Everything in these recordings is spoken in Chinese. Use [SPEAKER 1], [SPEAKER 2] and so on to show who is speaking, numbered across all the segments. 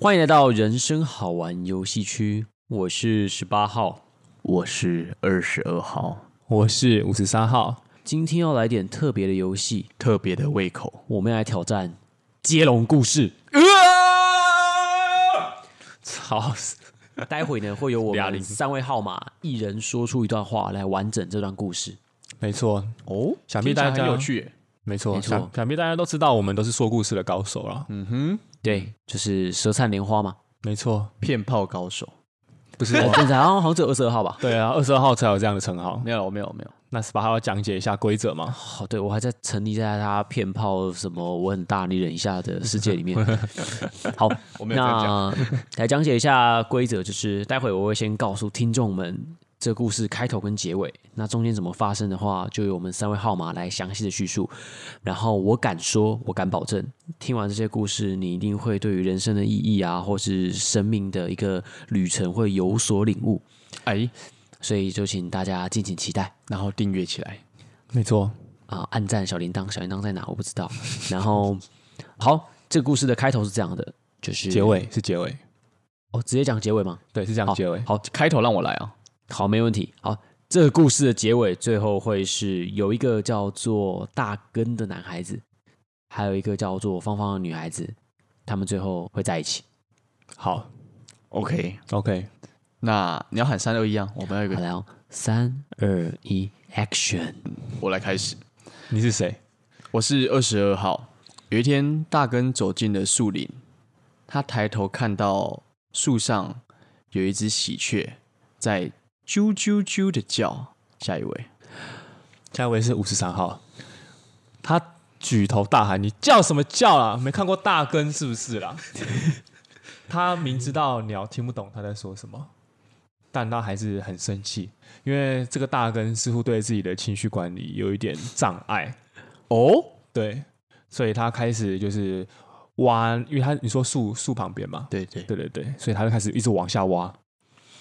[SPEAKER 1] 欢迎来到人生好玩游戏区，我是十八号。
[SPEAKER 2] 我是二十二号，
[SPEAKER 3] 我是五十三号，
[SPEAKER 1] 今天要来点特别的游戏，
[SPEAKER 2] 特别的胃口。
[SPEAKER 1] 我们来挑战接龙故事。
[SPEAKER 2] 呃
[SPEAKER 3] 操死！
[SPEAKER 1] 待会呢，会有我
[SPEAKER 3] 哑铃
[SPEAKER 1] 们三位号码一人说出一段话来完整这段故事。
[SPEAKER 3] 没错，
[SPEAKER 2] 哦，
[SPEAKER 3] 想必大
[SPEAKER 2] 听
[SPEAKER 3] 家
[SPEAKER 2] 起来很有趣耶。
[SPEAKER 3] 没错，
[SPEAKER 1] 没错
[SPEAKER 3] 想想必大家都知道，我们都是说故事的高手了。
[SPEAKER 2] 嗯哼，
[SPEAKER 1] 对，就是舌灿莲花嘛。
[SPEAKER 3] 没错，
[SPEAKER 2] 骗炮高手
[SPEAKER 3] 不是
[SPEAKER 1] 呃
[SPEAKER 3] 我。
[SPEAKER 1] 正常好像只有二十二号吧？
[SPEAKER 3] 对啊，二十二号才有这样的称号。
[SPEAKER 2] 没有，没有，没有。
[SPEAKER 3] 那十八号要讲解一下规则嘛？
[SPEAKER 1] 好，对我还在沉溺在他骗炮什么我很大你忍一下的世界里 面。好，
[SPEAKER 2] 我没有这样
[SPEAKER 1] 那来讲解一下规则，就是待会我会先告诉听众们这故事开头跟结尾，那中间怎么发生的话，就由我们三位号码来详细的叙述。然后我敢说，我敢保证，听完这些故事，你一定会对于人生的意义啊，或是生命的一个旅程会有所领悟。
[SPEAKER 2] 哎，
[SPEAKER 1] 所以就请大家敬请期待。
[SPEAKER 2] 然后订阅起来。
[SPEAKER 3] 没错，
[SPEAKER 1] 啊，暗赞小铃铛，小铃铛在哪？我不知道。 然后，好，这个故事的开头是这样的，就是
[SPEAKER 3] 结尾是结尾，
[SPEAKER 1] 哦，直接讲结尾吗？
[SPEAKER 3] 对，是这样
[SPEAKER 1] 好
[SPEAKER 3] 结尾。
[SPEAKER 1] 好，
[SPEAKER 2] 开头让我来啊！
[SPEAKER 1] 好，没问题。好，这个故事的结尾最后会是有一个叫做大根的男孩子，还有一个叫做芳芳的女孩子，他们最后会在一起。
[SPEAKER 3] 好
[SPEAKER 2] OK，
[SPEAKER 3] ，OK，
[SPEAKER 2] 那你要喊三六一啊，我们要一
[SPEAKER 1] 好
[SPEAKER 2] 个，
[SPEAKER 1] 来哦，三二一，Action！
[SPEAKER 2] 我来开始。
[SPEAKER 3] 你是谁？
[SPEAKER 2] 我是二十二号。有一天，大根走进了树林，他抬头看到树上有一只喜鹊在啾啾啾的叫。下一位，
[SPEAKER 3] 下一位是五十三号，他举头大喊：“你叫什么叫啦？没看过大根是不是啦？”他明知道鸟听不懂他在说什么，但他还是很生气，因为这个大根似乎对自己的情绪管理有一点障碍。
[SPEAKER 2] 哦，
[SPEAKER 3] 对，所以他开始就是挖，因为他你说树树旁边嘛，
[SPEAKER 2] 对对，
[SPEAKER 3] 对对对，所以他就开始一直往下挖，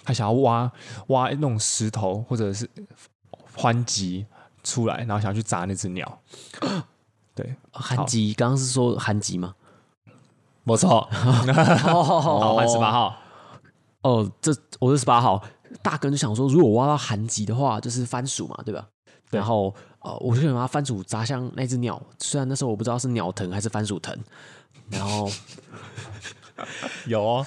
[SPEAKER 3] 他想要挖挖那种石头或者是欢吉出来，然后想要去砸那只鸟。对，
[SPEAKER 1] 韩吉，刚刚是说韩吉 吗？
[SPEAKER 3] 没错。哦好，换十八号。
[SPEAKER 1] 哦，这我是十八号，大根就想说，如果挖到寒极的话，就是番薯嘛，对吧？
[SPEAKER 3] 对
[SPEAKER 1] 然后呃，我就想把番薯砸向那只鸟，虽然那时候我不知道是鸟藤还是番薯藤，然后
[SPEAKER 3] 有哦，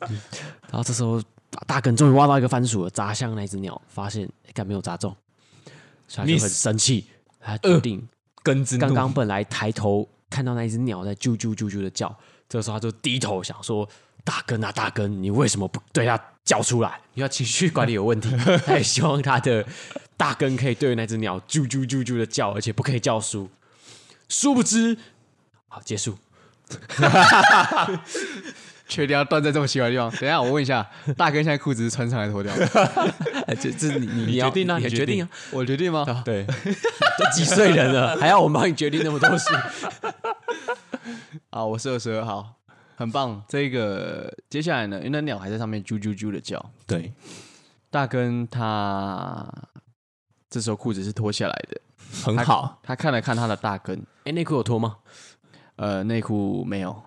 [SPEAKER 1] 然后这时候大根终于挖到一个番薯了，砸向那只鸟，发现干没有砸中，所以他就很
[SPEAKER 3] Miss
[SPEAKER 1] 生气，他决定、
[SPEAKER 3] 根之怒
[SPEAKER 1] 刚刚本来抬头看到那一只鸟在啾啾啾啾的叫，这时候他就低头想说：“大根啊，大根，你为什么不对它叫出来？”因为他情绪管理有问题， 他也希望他的大根可以对那只鸟啾啾啾啾的叫，而且不可以叫输。殊不知，好结束。
[SPEAKER 2] 确定要断在这么奇怪的地方？等一下，我问一下， 大根现在裤子是穿上还是脱掉？
[SPEAKER 1] 哎 这这你你
[SPEAKER 3] 你
[SPEAKER 1] 要
[SPEAKER 3] 决定啊
[SPEAKER 1] 你
[SPEAKER 3] 你决
[SPEAKER 1] 决定啊，
[SPEAKER 2] 我决定吗？
[SPEAKER 3] 对，
[SPEAKER 1] 都几岁人 了，还要我帮你决定那么多事？
[SPEAKER 2] 啊，我是二十二号，很棒。这个接下来呢，因为那鸟还在上面啾啾啾的叫，
[SPEAKER 3] 对，
[SPEAKER 2] 大根它这时候裤子是脱下来的，
[SPEAKER 3] 很好。
[SPEAKER 2] 他看了看他的大根，
[SPEAKER 1] 哎，内裤有脱吗？
[SPEAKER 2] 呃，内裤没有，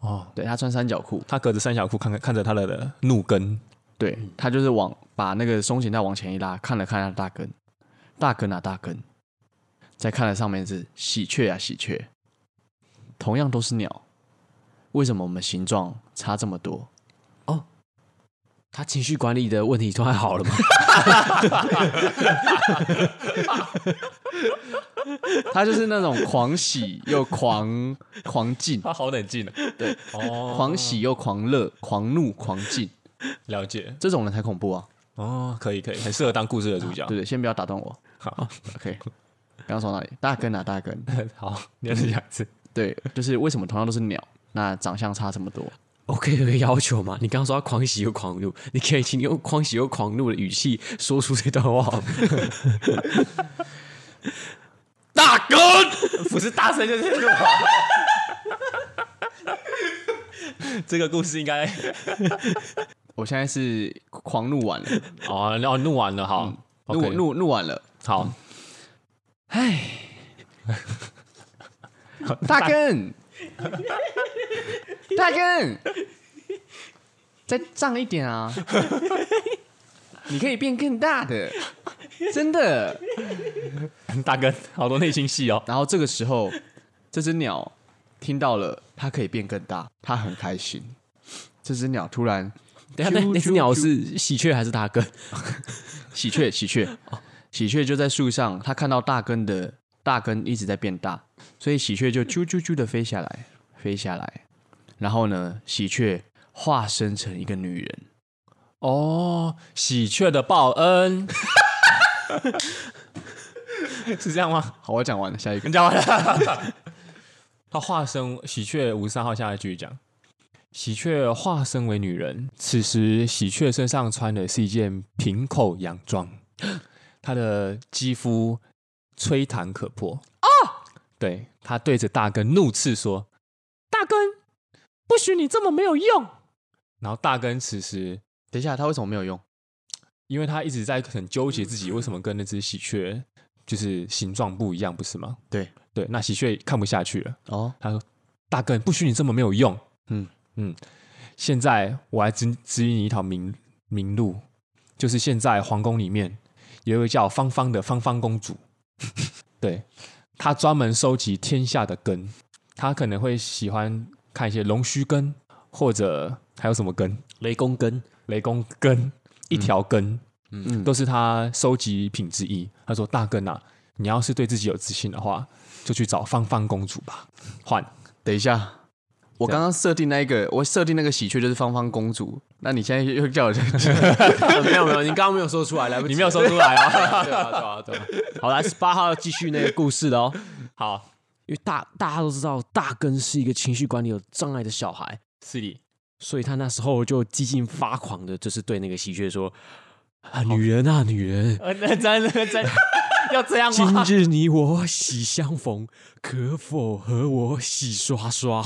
[SPEAKER 3] 哦，
[SPEAKER 2] 对他穿三角裤，
[SPEAKER 3] 他隔着三角裤看看看着他的怒根，
[SPEAKER 2] 对他就是往把那个松紧带往前一拉，看了看他的大根，大根啊大根，再看了上面是喜鹊啊喜鹊，同样都是鸟，为什么我们形状差这么多？
[SPEAKER 1] 他情绪管理的问题都还好了吗？
[SPEAKER 2] 他就是那种狂喜又狂狂进，
[SPEAKER 3] 他好冷静啊。对，哦，
[SPEAKER 2] 狂喜又狂乐，狂怒狂进，
[SPEAKER 3] 了解。
[SPEAKER 2] 这种人才恐怖啊！
[SPEAKER 3] 哦，可以可以，很适合当故事的主角
[SPEAKER 2] 对。对，先不要打断我
[SPEAKER 3] 好，
[SPEAKER 2] ，OK。刚刚说到哪里？大根啊大 根，
[SPEAKER 3] 好，你要是讲一次。
[SPEAKER 2] 对，就是为什么同样都是鸟，那长相差这么多？
[SPEAKER 1] 我可以有个要求吗？你刚刚说他狂喜又狂怒，你可以请你用狂喜又狂怒的语气说出这段话吗。大哥，
[SPEAKER 3] 不是大声就是怒这个故事应该
[SPEAKER 2] 我现在是狂怒 完了，
[SPEAKER 3] 哦，哦，怒完了，好，
[SPEAKER 2] 怒怒怒完了，
[SPEAKER 3] 好，
[SPEAKER 2] 大根， 大根，再胀一点 啊！你可以变更大的，真的。
[SPEAKER 3] 大根，好多内心戏哦。
[SPEAKER 2] 然后这个时候，这只鸟听到了它可以变更大，它很开心。这只鸟突然，
[SPEAKER 1] 等一下那那只鸟是喜鹊还是大哥？
[SPEAKER 2] 喜鹊，喜鹊，喜鹊就在树上，它看到大根的大根一直在变大，所以喜鹊就啾啾啾的飞下来，飞下来。然后呢，喜鹊化身成一个女人，
[SPEAKER 3] 哦，喜鹊的报恩 是这样吗？
[SPEAKER 2] 好，我讲完了，下一个
[SPEAKER 3] 你。讲完了。他化身喜鹊五十三号，下来继续讲。喜鹊化身为女人，此时喜鹊身上穿的是一件平口洋装， 她的肌肤吹弹可破。哦，对，她对着大根怒斥说：“大根，不许你这么没有用！”然后大根此时
[SPEAKER 2] 等一下，它为什么没有用？
[SPEAKER 3] 因为他一直在很纠结自己为什么跟那只喜鹊就是形状不一样，不是吗？
[SPEAKER 2] 对
[SPEAKER 3] 对，那喜鹊看不下去了，
[SPEAKER 2] 哦，
[SPEAKER 3] 他说：“大根，不许你这么没有用。
[SPEAKER 2] 嗯
[SPEAKER 3] 嗯，现在我还指指引你一条明明路，就是现在皇宫里面有一位叫芳芳的芳芳公主， 对，她专门收集天下的根，她可能会喜欢看一些龙须根，或者还有什么根，
[SPEAKER 1] 雷公根，
[SPEAKER 3] 雷公根，一条根。
[SPEAKER 2] 嗯，
[SPEAKER 3] 都是他收集品之一。他说：“大根啊，你要是对自己有自信的话，就去找芳芳公主吧。”换
[SPEAKER 2] 等一下，我刚刚设定那一个，我设定那个喜鹊就是芳芳公主，那你现在 又叫我
[SPEAKER 1] 呃没有没有，你刚刚没有说出来，来不及，
[SPEAKER 3] 你没有说出来 啊？
[SPEAKER 1] 对啊对啊对啊。好来，十八号要继续那个故事了哦，
[SPEAKER 3] 好，
[SPEAKER 1] 因为大大家都知道大根是一个情绪管理有障碍的小孩，
[SPEAKER 3] 是你
[SPEAKER 1] 所以他那时候就激进发狂的，就是对那个喜鹊说：“啊，女人啊，女人，
[SPEAKER 3] 哦 呃，认真认 真，要这样
[SPEAKER 1] 今？日你我喜相逢，可否和我洗刷刷？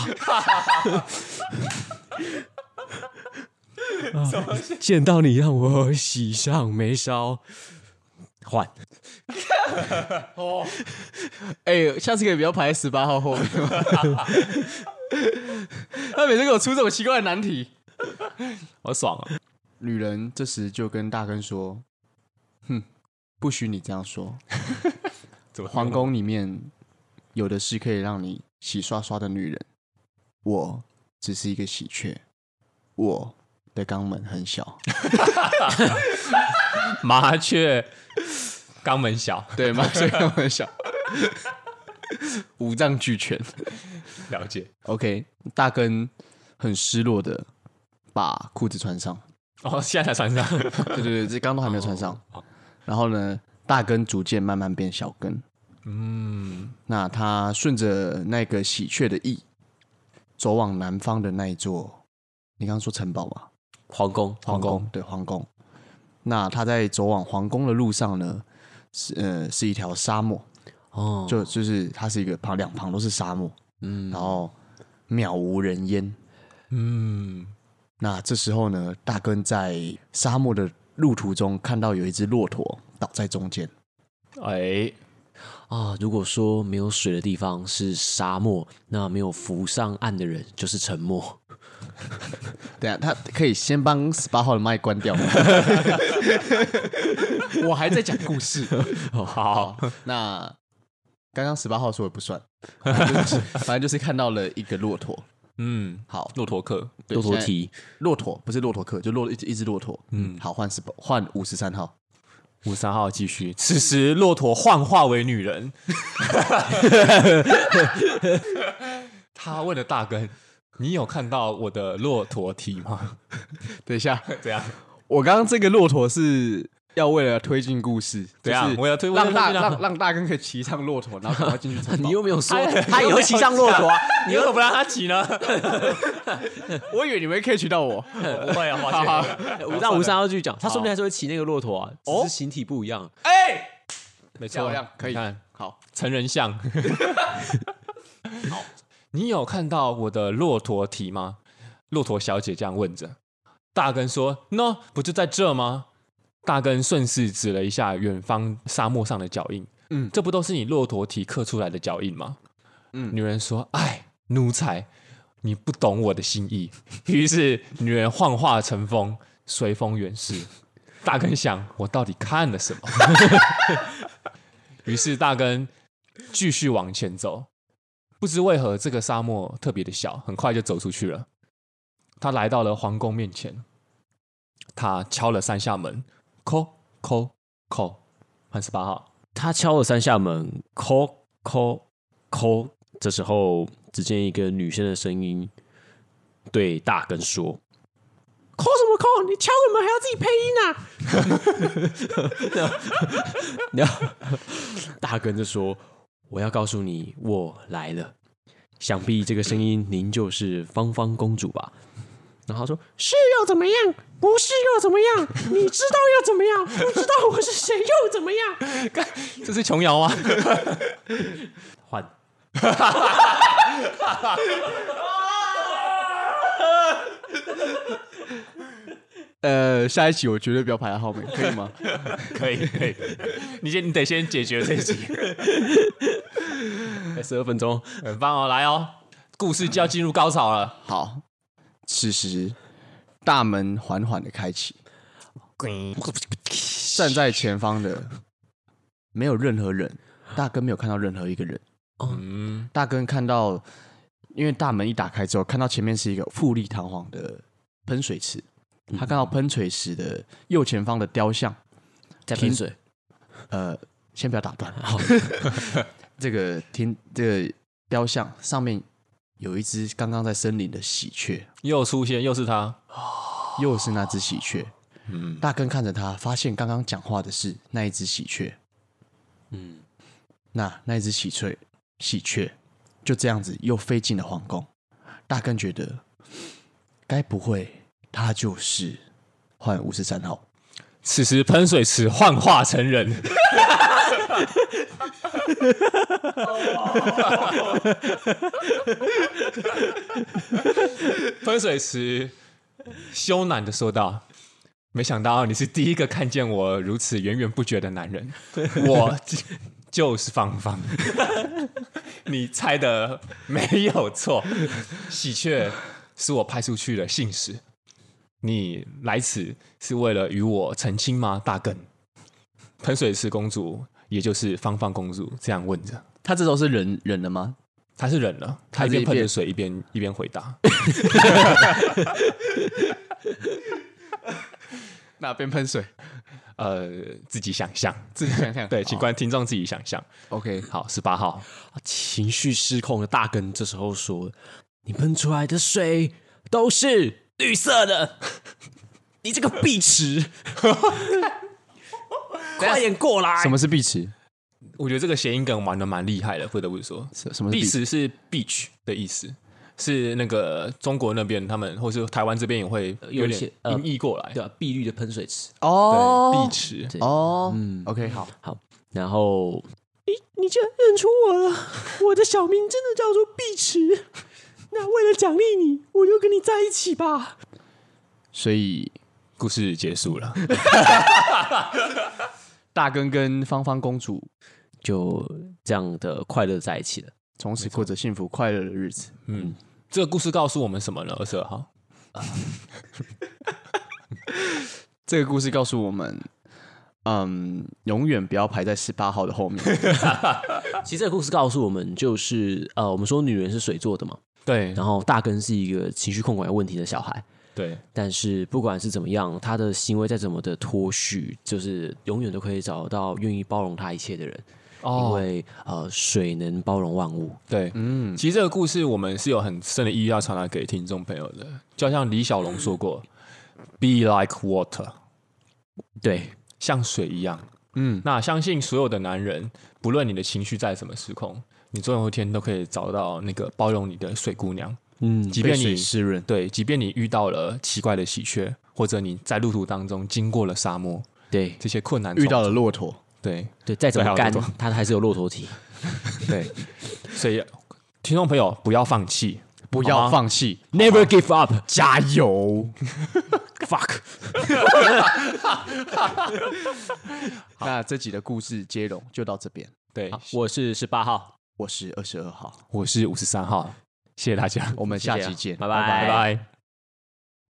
[SPEAKER 1] 啊见到你让我喜上眉梢。换
[SPEAKER 2] 哎、下次可以不要排在十八号后面吗？ 他每次给我出这种奇怪的难题。
[SPEAKER 3] 好爽啊！
[SPEAKER 2] 女人这时就跟大根说：“哼，不许你这样 说。
[SPEAKER 3] 怎么
[SPEAKER 2] 皇宫里面有的是可以让你洗刷刷的女人，我只是一个喜鹊，我的肛门很小，
[SPEAKER 3] 麻雀肛门小？
[SPEAKER 2] 对吗？所以肛门很小， 五脏俱全。”
[SPEAKER 3] 了解
[SPEAKER 2] OK，大根很失落的把裤子穿上，
[SPEAKER 3] 哦，现在才穿上。
[SPEAKER 2] 对对对，这刚都还没有穿上。然后呢，大根逐渐慢慢变小根。
[SPEAKER 3] 嗯，
[SPEAKER 2] 那他顺着那个喜鹊的翼，走往南方的那一座，你刚刚说城堡吧？
[SPEAKER 1] 皇宫，
[SPEAKER 2] 皇宫，对皇宫。那他在走往皇宫的路上呢，是呃是一条沙漠，
[SPEAKER 1] 哦，
[SPEAKER 2] 就就是它是一个旁两旁都是沙漠，嗯，然后渺无人烟，
[SPEAKER 3] 嗯，
[SPEAKER 2] 那这时候呢，大根在沙漠的路途中看到有一只骆驼倒在中间，
[SPEAKER 3] 哎，
[SPEAKER 1] 啊，如果说没有水的地方是沙漠，那没有浮上岸的人就是沉默。
[SPEAKER 2] 等一下他可以先帮十八号的麦关掉吗？我还在讲故事。
[SPEAKER 3] 哦好，
[SPEAKER 2] 那刚刚十八号说的不算，就是反正就是看到了一个骆驼。
[SPEAKER 3] 嗯，
[SPEAKER 2] 好，
[SPEAKER 3] 骆驼客，
[SPEAKER 2] 对
[SPEAKER 1] 骆驼，
[SPEAKER 2] 现在
[SPEAKER 1] 蹄，
[SPEAKER 2] 骆驼不是骆驼客，就骆一只一只骆驼。嗯，好，换十换五十三号。
[SPEAKER 3] 五十三号继续。此时，骆驼幻化为女人，他问了大根：“你有看到我的骆驼蹄吗
[SPEAKER 2] 等一下，？”
[SPEAKER 3] 怎样？
[SPEAKER 2] 我刚刚这个骆驼是要为了推进故事，
[SPEAKER 3] 怎样
[SPEAKER 2] 就是
[SPEAKER 3] 我要推我要
[SPEAKER 2] 让大
[SPEAKER 3] 推进啊
[SPEAKER 2] 让让大根可以骑上骆驼，然后赶快进 去城堡
[SPEAKER 1] 你。又没有说
[SPEAKER 3] 他
[SPEAKER 1] 他有骑上骆 驼啊，
[SPEAKER 3] 你为什么不让他骑呢？
[SPEAKER 2] 我以为你们会 catch 到我，
[SPEAKER 3] 不会 啊，抱歉。
[SPEAKER 1] 我让吴三要继续讲，他说不定还是会骑那个骆驼啊，只是形体不一样。
[SPEAKER 3] 没错
[SPEAKER 2] 漂亮，可以
[SPEAKER 3] 你看，
[SPEAKER 2] 好，
[SPEAKER 3] 成人 像。好，你有看到我的骆驼蹄吗？骆驼小姐这样问着。大根说：“No，不就在这吗？”大根顺势指了一下远方沙漠上的脚印。嗯
[SPEAKER 2] 嗯，
[SPEAKER 3] 这不都是你骆驼蹄刻出来的脚印吗？嗯
[SPEAKER 2] 嗯，
[SPEAKER 3] 女人说：“哎，奴才，你不懂我的心意。 于是女人幻化成风，随风远 逝。大根想，我到底看了什么？ 于是大根继续往前走，不知为何这个沙漠特别的小，很快就走出去了。他来到了皇宫面前，他敲了三下门，叩叩叩，汉十八号。
[SPEAKER 1] 他敲了三下门，叩叩叩。这时候，只见一个女生的声音对大根说：“抠什么抠？你敲什么还要自己配音啊？” 然后，然后大根就说：“我要告诉你，我来了。想必这个声音您就是芳芳公主吧？”然后他说：“是又怎么样？不是又怎么样？你知道又怎么样？不知道我是谁又怎么样？”
[SPEAKER 3] 这是琼瑶吗？
[SPEAKER 1] 啊换。
[SPEAKER 2] 呃，下一期我绝对不要排在后面，可以吗？
[SPEAKER 3] 可以可以，你先你得先解决这一集，
[SPEAKER 1] 十二分钟，
[SPEAKER 3] 很棒哦，来哦，故事就要进入高潮了。
[SPEAKER 2] 好，此时大门缓缓的开启，站在前方的没有任何人，大根没有看到任何一个人。
[SPEAKER 3] 嗯，
[SPEAKER 2] 大根看到，因为大门一打开之后，看到前面是一个富丽堂皇的喷水池，
[SPEAKER 1] 嗯
[SPEAKER 2] 他看到喷水池的右前方的雕像，
[SPEAKER 1] 在
[SPEAKER 2] 停
[SPEAKER 1] 喷水。
[SPEAKER 2] 呃，先不要打断， 这个听这个雕像上面有一只刚刚在森林的喜鹊，
[SPEAKER 3] 又出现，又是他，
[SPEAKER 2] 又是那只喜鹊。大根看着他，发现刚刚讲话的是那一只喜鹊。嗯，那那一只喜鹊，喜鹊就这样子又飞进了皇宫。大根觉得，该不会他就是换五十三号？
[SPEAKER 3] 此时喷水池幻化成人， 喷水池羞赧的说道：“没想到你是第一个看见我如此源源不绝的男 人，我就是芳芳， 你猜的没有错，喜鹊是我派出去的信使。”你来此是为了与我成亲吗，大根？喷水池公主，也就是芳芳公主，这样问着。
[SPEAKER 2] 他这时候是忍忍了吗？
[SPEAKER 3] 她是忍了，她一边喷着水，一边一边回答。
[SPEAKER 2] 哪边喷 水？
[SPEAKER 3] 呃，自己想象，
[SPEAKER 2] 自己想想。
[SPEAKER 3] 对，请观听众自己想象。
[SPEAKER 2] OK，
[SPEAKER 3] 好，十八号，
[SPEAKER 1] 情绪失控的大根这时候说：“你喷出来的水都是绿色的， 你这个碧 池，快点过来！”
[SPEAKER 2] 什么是碧池？
[SPEAKER 3] 我觉得这个谐音梗玩的蛮厉害的，不得不说。
[SPEAKER 2] 什什么是
[SPEAKER 3] 碧
[SPEAKER 2] 碧池？
[SPEAKER 3] 池是 beach 的意思，是那个中国那边他们，或是台湾这边也会有
[SPEAKER 1] 有一
[SPEAKER 3] 点
[SPEAKER 1] 些呃
[SPEAKER 3] 音译过来。
[SPEAKER 1] 对啊，碧绿的喷水池。
[SPEAKER 3] 对，碧
[SPEAKER 2] 哦，
[SPEAKER 3] 池，
[SPEAKER 2] 哦，嗯，OK，好，
[SPEAKER 1] 好，然后你你竟然认出我了，我的小名真的叫做碧池。那为了奖励你，我就跟你在一起吧。
[SPEAKER 2] 所以
[SPEAKER 3] 故事结束了。
[SPEAKER 2] 大根跟芳芳公主
[SPEAKER 1] 就这样的快乐在一起了。
[SPEAKER 2] 从此过着幸福快乐的日子。
[SPEAKER 3] 嗯，这个故事告诉我们什么呢？二十二号。
[SPEAKER 2] 这个故事告诉我们，嗯，永远不要排在十八号的后面。
[SPEAKER 1] 其实这个故事告诉我们，就是呃，我们说女人是水做的嘛，
[SPEAKER 3] 对
[SPEAKER 1] 然后大根是一个情绪控管有问题的小孩，
[SPEAKER 3] 对，
[SPEAKER 1] 但是不管是怎么样，他的行为再怎么的脱序，就是永远都可以找到愿意包容他一切的人，因为呃，水能包容万物。
[SPEAKER 3] 对，嗯，其实这个故事我们是有很深的意义要传达给听众朋友的，就像李小龙说过，“Be like water”，
[SPEAKER 1] 对，
[SPEAKER 3] 像水一样。嗯，那相信所有的男人，不论你的情绪在什么时空，你总有一天都可以找到那个包容你的水姑娘。
[SPEAKER 1] 嗯，
[SPEAKER 3] 即便
[SPEAKER 2] 被水
[SPEAKER 3] 你
[SPEAKER 2] 湿润
[SPEAKER 3] 对，即便你遇到了奇怪的喜鹊，或者你在路途当中经过了沙漠，
[SPEAKER 1] 对
[SPEAKER 3] 这些困难
[SPEAKER 2] 遇到
[SPEAKER 3] 重
[SPEAKER 2] 了骆驼，
[SPEAKER 3] 重对
[SPEAKER 1] 对，再怎么干
[SPEAKER 3] 对还有，
[SPEAKER 1] 他还是有骆驼体。
[SPEAKER 3] 对，所以听众朋友不要放弃，
[SPEAKER 2] 不
[SPEAKER 3] 好
[SPEAKER 2] 要
[SPEAKER 3] 吗
[SPEAKER 2] 放弃，
[SPEAKER 1] Never give up，
[SPEAKER 2] 加油！
[SPEAKER 1] fuck。
[SPEAKER 2] 那这集的故事接龙就到这边。
[SPEAKER 3] 对，
[SPEAKER 1] 我是十八号，
[SPEAKER 2] 我是二十二号，
[SPEAKER 3] 我是五十三号，
[SPEAKER 1] 谢谢大家，
[SPEAKER 3] 我们下期见，
[SPEAKER 2] 啊拜
[SPEAKER 1] 拜拜。